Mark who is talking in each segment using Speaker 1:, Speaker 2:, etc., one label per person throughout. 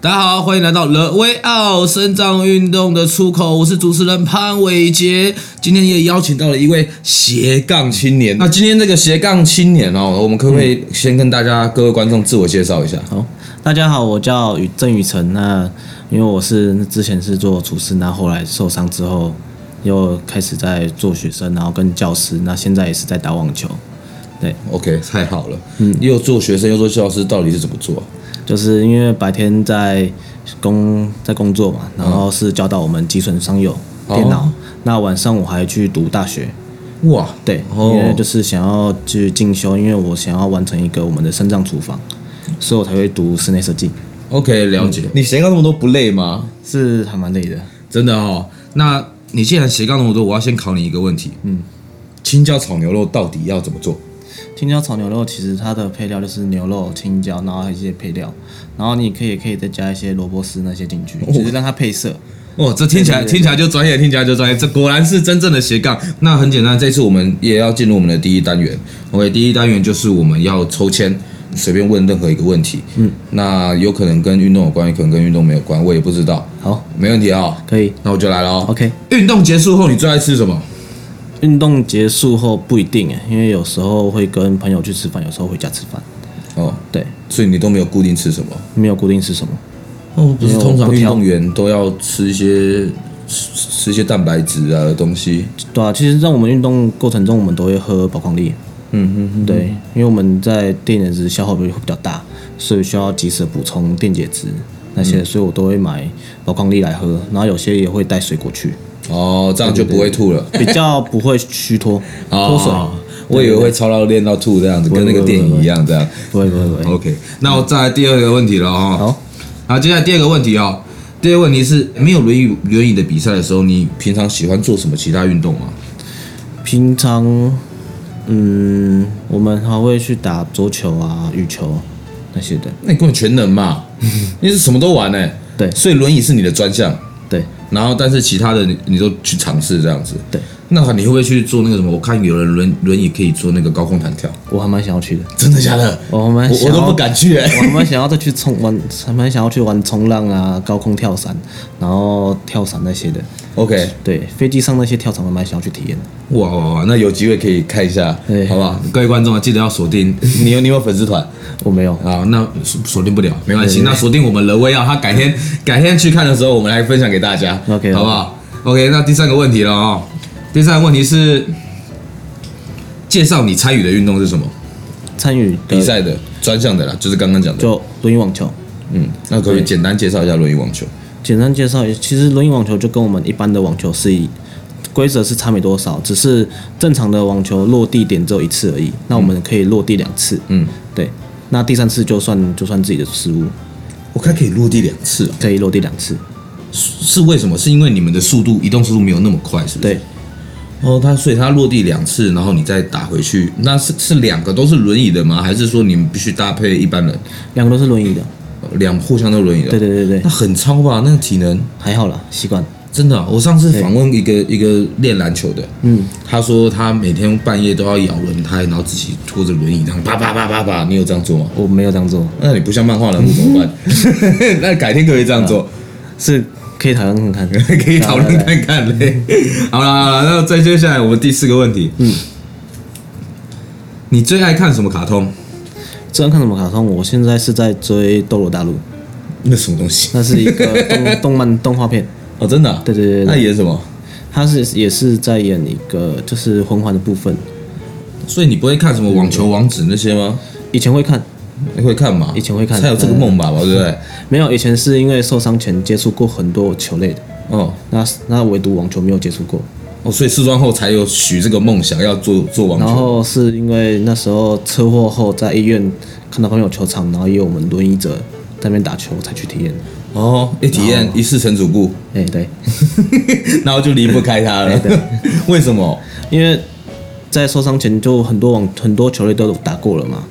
Speaker 1: 大家好，欢迎来到了维奥生长运动的出口，我是主持人潘伟杰。今天也邀请到了一位
Speaker 2: 斜杠青年。那今天这个斜杠青年哦，我们可不可以先跟大家各位观众自我介绍一下？
Speaker 3: 好，大家好，我叫宇郑宇成。那因为我是之前是做厨师，那后来受伤之后，又开始在做学生，然后跟教师，那现在也是在打网球。对，
Speaker 2: OK，太好了。嗯，又做学生又做教师，到底是怎么做啊、
Speaker 3: 就是因为白天在工在工作嘛，然后是教导我们基本商友、
Speaker 2: 嗯哦
Speaker 3: 电脑。那晚上我还去读大学，
Speaker 2: 哇，
Speaker 3: 对，
Speaker 2: 哦
Speaker 3: 因为就是想要去进修，因为我想要完成一个我们的深藏厨房，所以我才会读室内设计，
Speaker 2: ，OK，了解。嗯你斜杠那么多不累吗？
Speaker 3: 是还蛮累的。
Speaker 1: 真的哦。那你既然斜杠那么多，我要先考你一个问题。嗯，
Speaker 2: 青椒炒牛肉到底要怎么做？
Speaker 3: 青椒炒牛肉其实它的配料就是牛肉、青椒，然后还有一些配料，然后你可以也可以再加一些萝卜丝那些进
Speaker 2: 哦
Speaker 3: 去，就是让它配色。
Speaker 1: 哇，这听起来听起来就专业，听起来就专业，这果然是真正的斜杠。
Speaker 2: 那很简单，这次我们也要进入我们的第一单元。OK，第一单元就是我们要抽签，随便问任何一个问题。嗯，那有可能跟运动有关，有可能跟运动没有关，我也不知道。
Speaker 3: 好，
Speaker 2: 没问题啊、哦。
Speaker 3: 可以
Speaker 2: 那我就来了哦。
Speaker 3: ，OK。
Speaker 1: 运动结束后，你最爱吃什么？
Speaker 3: 运动结束后不一定诶，因为有时候会跟朋友去吃饭，有时候回家吃饭。
Speaker 2: 哦，
Speaker 3: 对，
Speaker 2: 所以你都没有固定吃什么？
Speaker 3: 没有固定吃什么。
Speaker 1: 哦，不
Speaker 2: 不
Speaker 1: 是
Speaker 2: 是
Speaker 1: 通
Speaker 2: 通
Speaker 1: 常
Speaker 2: 常运动员都要吃一些吃吃一些蛋白质啊的东西。
Speaker 3: 对啊，其实，在我们运动过程中，我们都会喝宝矿力。
Speaker 2: 嗯嗯嗯，
Speaker 3: 对，因为我们在电解质消耗比会比较大，所以需要及时地补充电解质那
Speaker 2: 嗯
Speaker 3: 些，所以我都会买宝矿力来喝，然后有些也会带水果去。
Speaker 2: 哦，这样就不会吐了。
Speaker 3: 比较不会虚脱，脱水。
Speaker 2: 哦，我以为会操到练到吐这样子，
Speaker 3: 会
Speaker 2: 跟那个电影一样这样。
Speaker 3: 不会不会不会，
Speaker 1: OK，那我再来第二个问题了哦。
Speaker 3: 好，
Speaker 1: 好，接下来第二个问题哦。第二个问题是，没有轮椅轮椅的比赛的时候，你
Speaker 2: 平常喜欢做什么其他运动吗？
Speaker 3: 平常，嗯，我们还会去打桌球啊、羽球那些的，
Speaker 2: 那你根本全能 嘛，你是什么都玩呢、
Speaker 3: 对
Speaker 2: 所以轮椅是你的专项，
Speaker 3: 对
Speaker 2: 然后但是其他的你你都去尝试这样子。
Speaker 3: 对，
Speaker 1: 那你会不会去做那个什么？我看有人轮轮椅可以做那个高空弹跳，
Speaker 3: 我还蛮想要去的，
Speaker 2: 真的假的？
Speaker 3: 我们
Speaker 2: 我
Speaker 3: 想
Speaker 2: 都
Speaker 3: 要
Speaker 2: 不敢去哎、
Speaker 3: 我还蛮想要再去冲玩，还蛮想要去玩冲浪啊、高空跳伞，然后跳伞那些的。
Speaker 2: OK，
Speaker 3: 对，飞机上那些跳伞，我蛮想要去体验的。
Speaker 2: 哇哇哇，那有机会可以看一下，
Speaker 3: 对
Speaker 2: 好不好？
Speaker 1: 各位观众啊，记得要锁 定。
Speaker 2: 你有你有没有粉丝团？
Speaker 3: 我没有，
Speaker 1: 好，啊那锁锁定不了，没关系。那锁定我们人威啊，他改天改天去看的时候，我们来分享给大家
Speaker 3: OK，
Speaker 1: 好不好？OK，那第三个问题了哦。第三个问题是，介绍你参与的运动是什么？
Speaker 3: 参与的
Speaker 2: 比赛的专项的啦，就是刚刚讲的。
Speaker 3: 就轮椅网球。
Speaker 2: 嗯，那可以简单介绍一下轮椅网球。
Speaker 3: 简单介绍一下，其实轮椅网球就跟我们一般的网球是一规则是差没多少，只是正常的网球落地点只有一次而已，那我们可以落地两次，
Speaker 2: 嗯，
Speaker 3: 对，那第三次就算就算自己的失误，
Speaker 2: 我看可以落地两次、哦，
Speaker 3: 可以落地两次，
Speaker 1: 是为什么？是因为你们的速度移动速度没有那么快，是不是？
Speaker 3: 对，
Speaker 2: 哦，它所以它落地两次，然后你再打回去，那是是两个都是轮椅的吗？还是说你们必须搭配一般人，
Speaker 3: 两个都是轮椅的，
Speaker 2: 呃两互相都轮椅的？
Speaker 3: 对对对
Speaker 2: 那
Speaker 3: 对，
Speaker 2: 很超吧？那个体能
Speaker 3: 还好啦，习惯，
Speaker 2: 真的哦、我上次访问一个一个练篮球的，嗯，他说他每天半夜都要咬轮胎，然后自己拖着轮椅这样叭叭叭叭叭，你有这样做吗？
Speaker 3: 我没有这样做，
Speaker 2: 那你不像漫画人物怎么办？ 那改天可以这样做。
Speaker 3: 是可以讨论看看，
Speaker 1: 可以讨论
Speaker 3: 来来来
Speaker 1: 看看嘞。好了好了，那再接下来我们第四个问题，嗯，你最爱看什么卡通？
Speaker 3: 最近看什么卡通？我现在是在追《斗罗大陆》，
Speaker 2: 那什么东西？
Speaker 3: 那是一个动动漫动画片，
Speaker 2: 哦，真的啊、
Speaker 3: 对对对对
Speaker 2: 那演什么？
Speaker 3: 它是也是在演一个就是魂环的部分，
Speaker 2: 所以你不会看什么网球王子那些吗？
Speaker 3: 以前会看。
Speaker 2: 你会看吗？
Speaker 3: 以前会看嗯
Speaker 2: 才有这个梦吧，对不对？
Speaker 3: 没有，以前是因为受伤前接触过很多球类的，
Speaker 2: 哦
Speaker 3: 那那唯独网球没有接触过。
Speaker 2: 哦，所以试装后才有许这个梦想要做做网
Speaker 3: 然
Speaker 2: 球。
Speaker 3: 后是因为那时候车祸后在医院看到旁边有球场，然后也有我们轮椅者在那边打球，才去体验。
Speaker 2: 哦，一体验一世成主 顾，
Speaker 3: 哎、对，
Speaker 2: 然后就离不开他了。 为什么？
Speaker 3: 因为在受伤前就很多网很多球类都打过了嘛，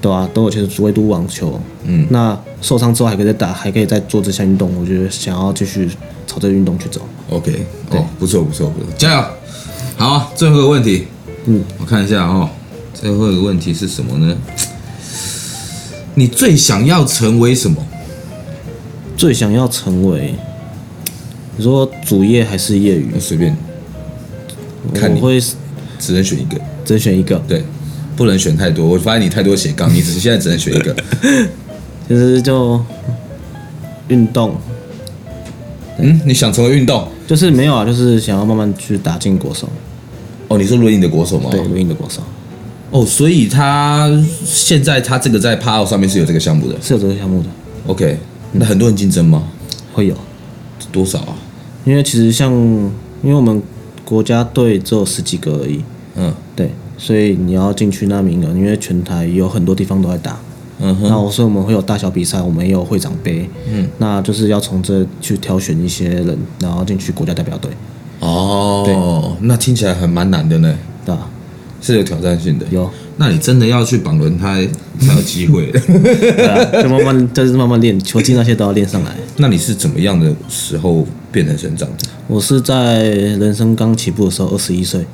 Speaker 3: 对啊，都有接触，唯独网球。嗯，那受伤之后还可以再打，还可以再做这项运动，我觉得想要继续朝这个运动去走。
Speaker 2: OK，
Speaker 3: 对
Speaker 2: 哦，不错不错不错。
Speaker 1: 加油！好，最后一个问题，
Speaker 3: 嗯，
Speaker 1: 我看一下哦，
Speaker 2: 最后一个问题是什么呢？
Speaker 1: 你最想要成为什么？
Speaker 3: 最想要成为？你说主业还是业余
Speaker 2: 那？随便，看你
Speaker 3: 我会
Speaker 2: 只能选一个，
Speaker 3: 只选一个，
Speaker 2: 对，不能选太多。我发现你太多斜 杠，你只现在只能选一 个。
Speaker 3: 其实就运动，
Speaker 2: 嗯，你想成为运动？
Speaker 3: 就是没有啊，就是想要慢慢去打进国手，
Speaker 2: 哦，你说轮椅的国手吗？
Speaker 3: 对，录音的国手
Speaker 2: 哦，所以他现在他这个在 p a 上面是有这个项目的。
Speaker 3: 是有这个项目的，
Speaker 2: OK，那很多人竞争吗？
Speaker 3: 会有。
Speaker 2: 多少啊？
Speaker 3: 因为其实像，因为我们国家队只有十几个而已，
Speaker 2: 嗯
Speaker 3: 对，所以你要进去那名额，因为全台有很多地方都在打。
Speaker 2: 嗯哼，
Speaker 3: 那我所以我们会有大小比赛，我们也有会长杯，嗯，那就是要从这去挑选一些人，然后进去国家代表队，
Speaker 2: 哦，那听起来还蛮难的呢，
Speaker 3: 对吧？
Speaker 2: 是有挑战性的。
Speaker 3: 有，
Speaker 2: 那你真的要去绑轮胎才有机 会。
Speaker 3: 对啊， 就慢慢就是慢慢练，球技那些都要练上来。
Speaker 2: 那你是怎么样的时候变成省长的？
Speaker 3: 我是在人生刚起步的时候，二十一岁，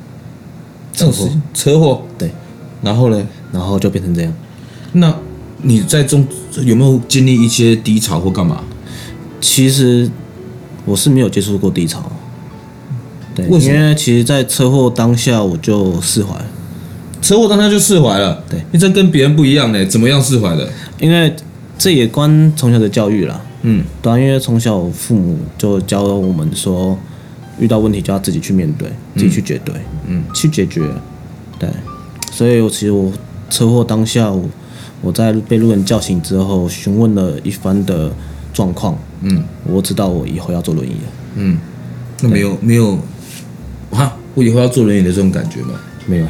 Speaker 2: 车祸，车祸。
Speaker 3: 对，
Speaker 2: 然后呢？
Speaker 3: 然后就变成这样。
Speaker 2: 那你在中有没有经历一些低潮或干嘛？
Speaker 3: 其实我是没有接触过低潮，对，
Speaker 2: 为什么
Speaker 3: 因为其实，在车祸当下我就释怀了，
Speaker 2: 车祸当下就释怀了，
Speaker 3: 对
Speaker 2: 你这跟别人不一样呢，怎么样释怀的？
Speaker 3: 因为这也关从小的教育啦。
Speaker 2: 嗯，
Speaker 3: 对啊，因为从小父母就教我们说，遇到问题就要自己去面对，自己去解对，嗯，去解决，对，所以我其实我车祸当下我，我在被路人叫醒之后，询问了一番的状况，
Speaker 2: 嗯
Speaker 3: 我知道我以后要坐轮椅了，
Speaker 2: 嗯，那没有没有，啊，我以后要坐轮椅的这种感觉吗？
Speaker 3: 没有，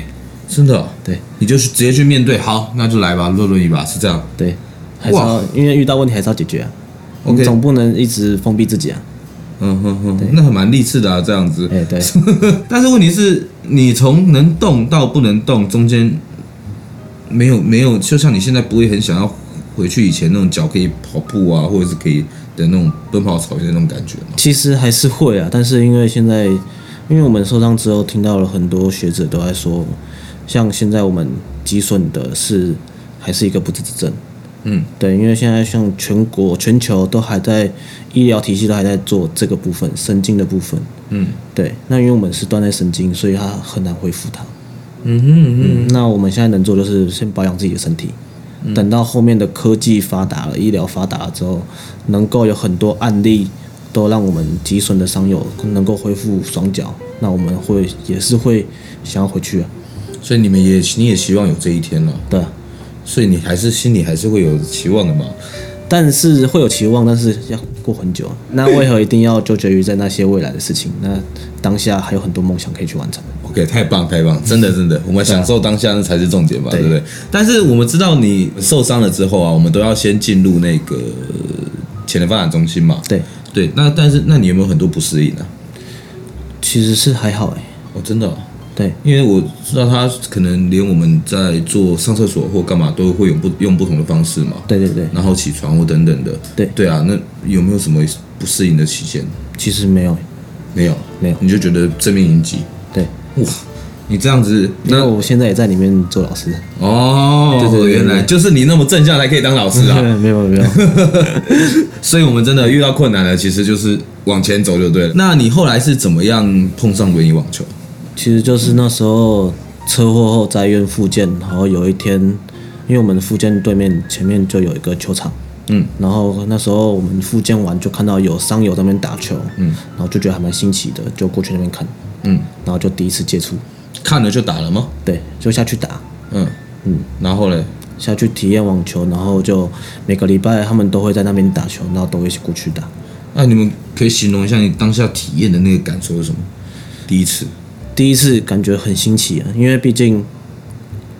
Speaker 2: 真的哦、
Speaker 3: 对
Speaker 2: 你就去直接去面对，好，那就来吧，坐轮椅吧，是这样。
Speaker 3: 对，还是要
Speaker 2: 哇
Speaker 3: 因为遇到问题还是要解决啊，
Speaker 2: OK
Speaker 3: 你总不能一直封闭自己啊，
Speaker 2: 嗯哼哼，那还蛮励志的啊，这样子。
Speaker 3: 哎、 对，
Speaker 2: 但是问题是，你从能动到不能动中间，没有没有，就像你现在不会很想要回去以前那种脚可以跑步啊，或者是可以的那种奔跑草原的那种感觉嘛。
Speaker 3: 其实还是会啊，但是因为现在，因为我们受伤之后，听到了很多学者都在说，像现在我们脊损的是还是一个不治之症。
Speaker 2: 嗯，
Speaker 3: 对，因为现在像全国、全球都还在医疗体系都还在做这个部分神经的部分。
Speaker 2: 嗯
Speaker 3: 对，那因为我们是断在神经，所以它很难恢复它。
Speaker 2: 嗯哼嗯
Speaker 3: 嗯，那我们现在能做就是先保养自己的身体，等到后面的科技发达了、医疗发达了之后，能够有很多案例都让我们脊髓的伤友能够恢复双脚，那我们会也是会想要回去啊，
Speaker 2: 哼，所以你们也你也希望有这一天了，
Speaker 3: 对啊。
Speaker 2: 所以你还是心里还是会有期望的嘛。
Speaker 3: 但是会有期望，但是要过很久啊。那为何一定要纠结于在那些未来的事情？那当下还有很多梦想可以去完成。
Speaker 2: OK，太棒太棒，真的真的，我们享受当下那才是重点吧，对不对？但是我们知道你受伤了之后啊，我们都要先进入那个潜能发展中心嘛。
Speaker 3: 对，
Speaker 2: 对，那但是那你有没有很多不适应啊？
Speaker 3: 其实是还好哎、
Speaker 2: 哦，真的哦、
Speaker 3: 对，
Speaker 2: 因为我知道他可能连我们在做上厕所或干嘛都会有不用不同的方式嘛。
Speaker 3: 对对对，
Speaker 2: 然后起床或等等的。
Speaker 3: 对
Speaker 2: 对啊，那有没有什么不适应的期间？
Speaker 3: 其实没有欸、
Speaker 2: 没有，
Speaker 3: 没有
Speaker 2: 你就觉得正面迎击，
Speaker 3: 对，
Speaker 2: 哇，你这样子，
Speaker 3: 因为
Speaker 2: 那
Speaker 3: 我现在也在里面做老师。
Speaker 2: 哦，
Speaker 3: 对对对对
Speaker 2: 原来就是你那么正向才可以当老师啊。
Speaker 3: 没有没有，
Speaker 2: 所以我们真的遇到困难了，其实就是往前走就对了。那你后来是怎么样碰上轮椅网球？
Speaker 3: 其实就是那时候车祸后在院复健，然后有一天，因为我们复健对面前面就有一个球场，
Speaker 2: 嗯，
Speaker 3: 然后那时候我们复健完就看到有商友在那边打球，嗯，然后就觉得还蛮新奇的，就过去那边看，
Speaker 2: 嗯，
Speaker 3: 然后就第一次接触，
Speaker 2: 看了就打了吗？
Speaker 3: 对，就下去打，
Speaker 2: 嗯嗯，然后嘞，
Speaker 3: 下去体验网球，然后就每个礼拜他们都会在那边打球，然后都会一起过去打，
Speaker 2: 那啊你们可以形容一下你当下体验的那个感受是什么？第一次，
Speaker 3: 第一次感觉很新奇啊，因为毕竟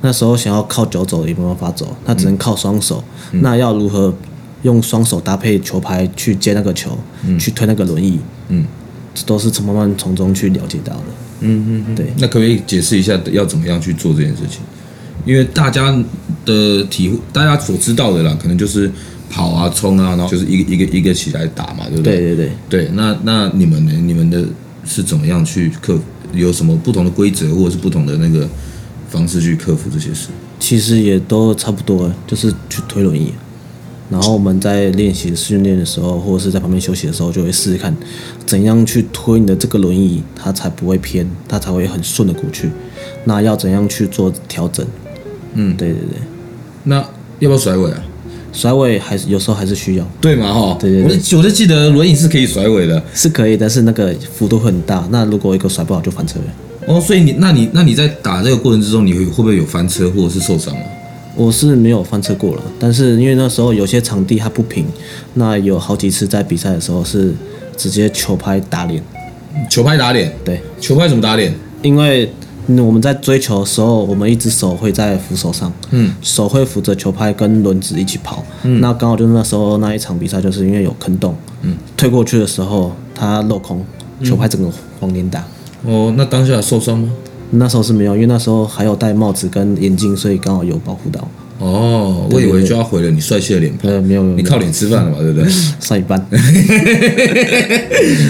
Speaker 3: 那时候想要靠脚走也没办法走，他只能靠双手。
Speaker 2: 嗯
Speaker 3: 那要如何用双手搭配球拍去接那个球，去推那个轮椅？
Speaker 2: 嗯，
Speaker 3: 这都是从慢慢从中去了解到的。
Speaker 2: 嗯嗯，
Speaker 3: 对
Speaker 2: 那可不可以解释一下要怎么样去做这件事情？因为大家的体会，大家所知道的啦，可能就是跑啊、冲啊，然后就是一个一个一个起来打嘛，对不
Speaker 3: 对
Speaker 2: 对
Speaker 3: 对对，
Speaker 2: 对，那那你们呢？你们的是怎么样去克服？有什么不同的规则，或者是不同的那个方式去克服这些事？
Speaker 3: 其实也都差不多，就是去推轮椅。然后我们在练习训练的时候，或者是在旁边休息的时候，就会试试看怎样去推你的这个轮椅，它才不会偏，它才会很顺的过去。那要怎样去做调整？嗯，对对对，
Speaker 2: 那要不要甩尾啊？
Speaker 3: 甩尾还是有时候还是需要，
Speaker 2: 对嘛哈，
Speaker 3: 对对对
Speaker 2: 我就我就记得轮椅是可以甩尾的
Speaker 3: 是可以，但是那个幅度会很大。那如果一个甩不好就翻车了。
Speaker 2: 哦，所以你那你那你在打这个过程之中，你会会不会有翻车或者是受伤啊？
Speaker 3: 我是没有翻车过了，但是因为那时候有些场地它不平，那有好几次在比赛的时候是直接球拍打脸，
Speaker 2: 球拍打脸，
Speaker 3: 对，
Speaker 2: 球拍怎么打脸？
Speaker 3: 因为嗯我们在追球的时候，我们一只手会在扶手上，嗯，手会扶着球拍跟轮子一起跑，嗯，那刚好就是那时候那一场比赛，就是因为有坑洞，嗯，推过去的时候它镂空，球拍整个往脸打。
Speaker 2: 哦，那当下受伤吗？
Speaker 3: 那时候是没有，因为那时候还有戴帽子跟眼镜，所以刚好有保护到。
Speaker 2: 哦，我以为就要毁了你帅气的脸
Speaker 3: 呃，
Speaker 2: 庞，
Speaker 3: 没有，没有
Speaker 2: 你靠脸吃饭了嘛，对不对？
Speaker 3: 上一半。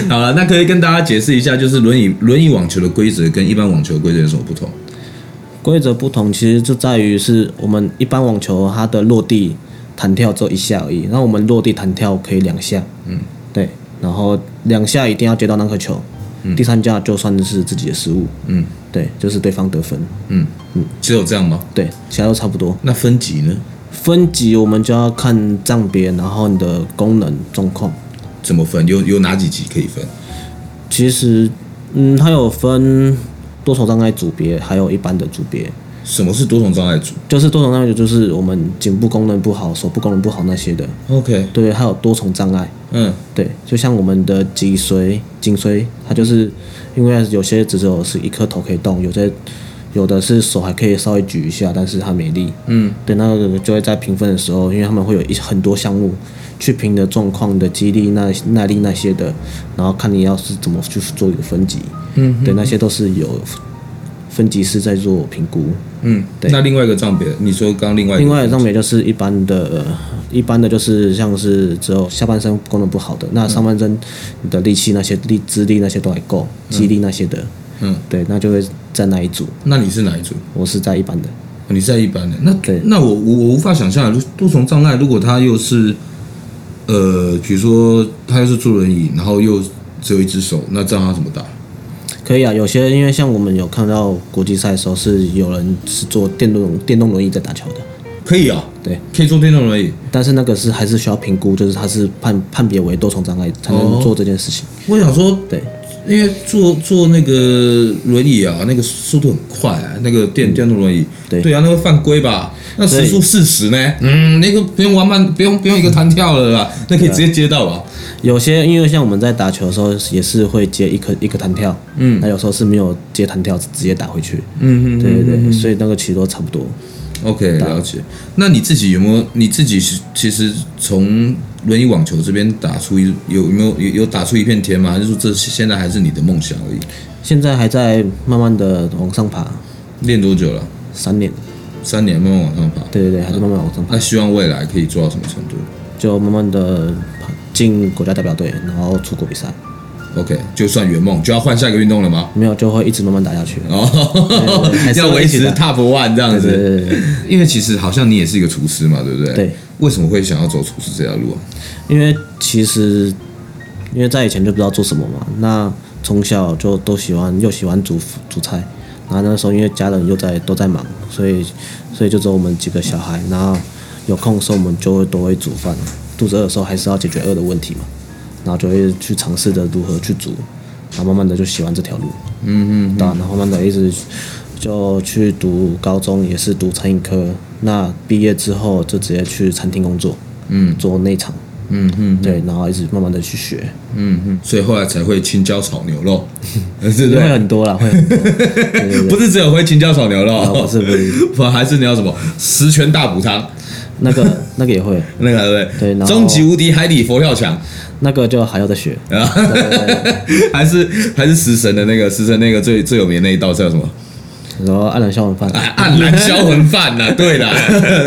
Speaker 2: 好了，那可以跟大家解释一下，就是轮椅轮椅网球的规则跟一般网球的规则有什么不同？
Speaker 3: 规则不同，其实就在于是我们一般网球它的落地弹跳只有一下而已，那我们落地弹跳可以两下，嗯，对，然后两下一定要接到那颗球，第三下就算是自己的失误，
Speaker 2: 嗯，
Speaker 3: 对，就是对方得分，
Speaker 2: 嗯嗯，只有这样吗？
Speaker 3: 对，其他都差不多。
Speaker 2: 那分级呢？
Speaker 3: 分级我们就要看账别，然后你的功能状况，
Speaker 2: 怎么分？有有哪几级可以分？
Speaker 3: 其实，嗯，它有分多重障碍组别，还有一般的组别。
Speaker 2: 什么是多重障碍组
Speaker 3: 就是多重障碍，就是我们颈部功能不好、手部功能不好那些的。
Speaker 2: ？OK，
Speaker 3: 对，还有多重障碍。
Speaker 2: 嗯
Speaker 3: 对，就像我们的脊髓、颈髓，它就是因为有些只有是一颗头可以动，有些有的是手还可以稍微举一下，但是它没力。
Speaker 2: 嗯，
Speaker 3: 对，那个就会在评分的时候，因为他们会有一很多项目去评你的状况、你的肌力、耐耐力那些的，然后看你要是怎么去做一个分级。嗯，对，那些都是有分级师在做评估。
Speaker 2: 嗯，
Speaker 3: 对
Speaker 2: 那另外一个障别，你说刚刚另外一个
Speaker 3: 另外上面就是一般的，呃一般的就是像是只有下半身功能不好的，那上半身你的力气那些力、智力那些都还够，肌力那些的，
Speaker 2: 嗯，
Speaker 3: 对，那就会在那一组。
Speaker 2: 那你是哪一组？哦
Speaker 3: 我是在一般的，
Speaker 2: 你是在一般的，那
Speaker 3: 对
Speaker 2: 那我我我无法想象，如多重障碍如果他又是，呃，比如说他又是坐轮椅，然后又只有一只手，那这样他怎么打？
Speaker 3: 可以啊。有些因为像我们有看到国际赛的时候，是有人是坐电动电动轮椅在打球的，
Speaker 2: 可以啊，
Speaker 3: 对。
Speaker 2: 可以坐电动轮椅。
Speaker 3: 但是那个是还是需要评估，就是他是判判别为多重障碍才
Speaker 2: 哦
Speaker 3: 能做这件事情。
Speaker 2: 我想说，
Speaker 3: 对，
Speaker 2: 因为坐坐那个轮椅啊，那个速度很快、啊，那个电电动轮椅，
Speaker 3: 对
Speaker 2: 啊，那会犯规吧？那时速四十呢？嗯，那个不用玩慢，不用不用一个弹跳了啦，那可以直接接到啊吧？
Speaker 3: 有些因为像我们在打球的时候，也是会接一颗一颗弹跳，嗯，那有时候是没有接弹跳，直接打回去，嗯嗯，对对对，所以那个其实都差不多。
Speaker 2: OK，了解。那你自己有没有？你自己是其实从轮椅网球这边打出一有有没有有有打出一片天吗？还是说这现在还是你的梦想而已？
Speaker 3: 现在还在慢慢的往上爬，
Speaker 2: 练多久了？
Speaker 3: 三年，
Speaker 2: 三年慢慢往上爬。
Speaker 3: 对对对，还在慢慢往上爬
Speaker 2: 那，希望未来可以做到什么程度
Speaker 3: 就慢慢的进国家代表队，然后出国比赛，
Speaker 2: ？OK，就算圆梦，就要换下一个运动了吗？
Speaker 3: 没有就会一直慢慢打下去。
Speaker 2: 哦
Speaker 3: 对，还 是
Speaker 2: 要维持
Speaker 3: 会一起
Speaker 2: top one 这样
Speaker 3: 对对对
Speaker 2: 子。因为其实好像你也是一个厨师嘛，对不对？
Speaker 3: 对。
Speaker 2: 为什么会想要走厨师这条路啊？
Speaker 3: 因为其实因为在以前就不知道做什么嘛，那从小就都喜欢又喜欢煮煮菜，然后那时候因为家人又在都在忙，所以所以就只有我们几个小孩，然后有空的时候我们就会都会煮饭，肚子饿的时候还是要解决饿的问题嘛，然后就会去尝试着如何去煮，然后慢慢的就喜欢这条路，嗯嗯，对啊、然后慢慢的一直就去读高中也是读餐饮科，那毕业之后就直接去餐厅工作，嗯，做内场，
Speaker 2: 嗯嗯
Speaker 3: 对，然后一直慢慢的去学，
Speaker 2: 嗯嗯，所以后来才会青椒炒牛 肉，对不
Speaker 3: 会
Speaker 2: 对？
Speaker 3: 很多啦，会很多，
Speaker 2: 不是只有会青椒炒牛
Speaker 3: 啊
Speaker 2: 肉，
Speaker 3: 不是不是，
Speaker 2: 不还是你要什么十全大补汤
Speaker 3: 那个那个也会，
Speaker 2: 那个对不
Speaker 3: 对然后
Speaker 2: 终极无敌海底佛跳墙
Speaker 3: 那个就还要再学，
Speaker 2: 啊， 还是还是食神的那个食神那个最最有名的那一道叫什么？
Speaker 3: 然后黯然销魂 饭，
Speaker 2: 啊黯然销魂饭 呐、对啦，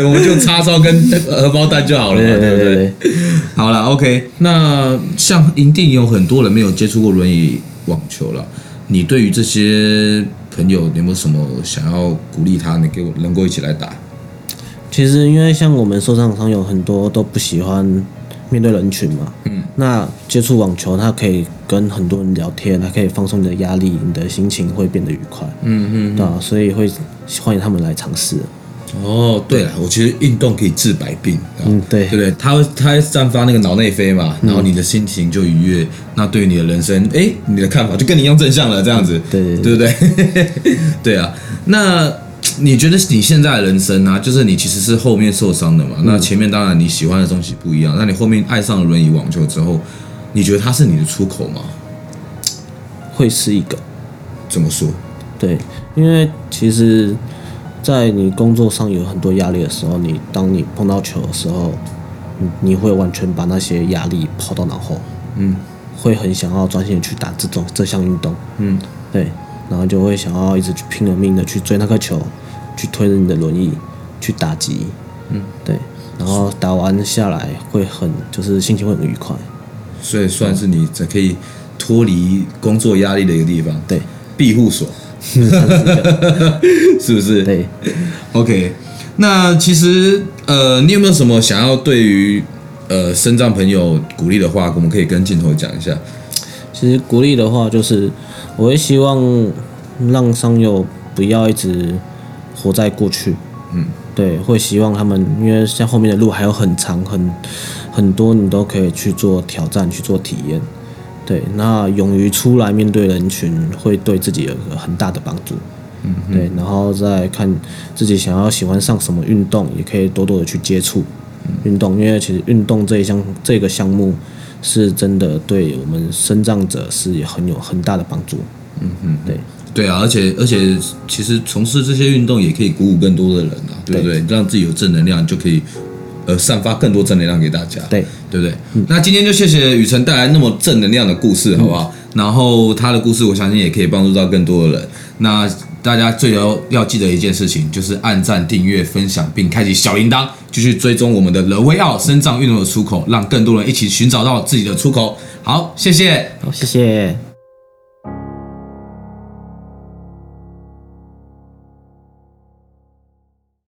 Speaker 2: 我们就叉烧跟荷包蛋就好了嘛，对
Speaker 3: 对对
Speaker 2: 不
Speaker 3: 对
Speaker 2: 对？
Speaker 3: 对，
Speaker 2: 好了，OK，那像一定有很多人没有接触过轮椅网球了，你对于这些朋友你有没有什么想要鼓励他，你给我能够一起来打？
Speaker 3: 其其实因为像我们受伤伤有很多都不喜欢面对人群嘛，嗯，那接触网球，它可以跟很多人聊天，它可以放松你的压力，你的心情会变得愉快，嗯嗯，对啊，所以会欢迎他们来尝试。
Speaker 2: 哦，对了，我觉得运动可以治百病，
Speaker 3: 嗯对
Speaker 2: 对不对？它会它会散发那个脑内啡嘛，然后你的心情就愉悦，那对于你的人生，哎，你的看法就跟你一样正向了，这样子，
Speaker 3: 对
Speaker 2: 对不对？ 对啊，那你觉得你现在的人生啊，就是你其实是后面受伤的嘛？那前面当然你喜欢的东西不一样，那你后面爱上了轮椅网球之后，你觉得它是你的出口吗？
Speaker 3: 会是一个，
Speaker 2: 怎么说？
Speaker 3: 对，因为其实，在你工作上有很多压力的时候，你当你碰到球的时候，你你会完全把那些压力抛到脑后，
Speaker 2: 嗯，
Speaker 3: 会很想要专心的去打这种这项运动，
Speaker 2: 嗯，
Speaker 3: 对，然后就会想要一直去拼了命的去追那颗球，去推着你的轮椅去打击，嗯，对，然后打完下来会很就是心情会很愉快，
Speaker 2: 所以算是你才可以脱离工作压力的一个地方，
Speaker 3: 对，
Speaker 2: 庇护所， 是不是？
Speaker 3: 对。
Speaker 2: OK，那其实呃，你有没有什么想要对于呃身障朋友鼓励的话，我们可以跟镜头讲一下？
Speaker 3: 其实鼓励的话，就是我会希望让商友不要一直活在过去。嗯，对，会希望他们，因为像后面的路还有很长，很很多你都可以去做挑战，去做体验。对，那勇于出来面对人群，会对自己有一个很大的帮助。嗯，对，然后再看自己想要喜欢上什么运动，也可以多多的去接触运动，因为其实运动这一项这个项目是真的对我们生长者是很有很大的帮助。嗯嗯，对，
Speaker 2: 对啊，而且而且，其实从事这些运动也可以鼓舞更多的人啊，对不对？让自己有正能量，就可以呃散发更多正能量给大家，
Speaker 3: 对
Speaker 2: 对不对？那今天就谢谢雨辰带来那么正能量的故事，好不好？然后他的故事，我相信也可以帮助到更多的人。那大家最要要记得一件事情，就是按赞、订阅、分享，并开启小铃铛，继续追踪我们的人威奥生长运动的出口，让更多人一起寻找到自己的出口。好，谢谢。
Speaker 3: 好，谢谢。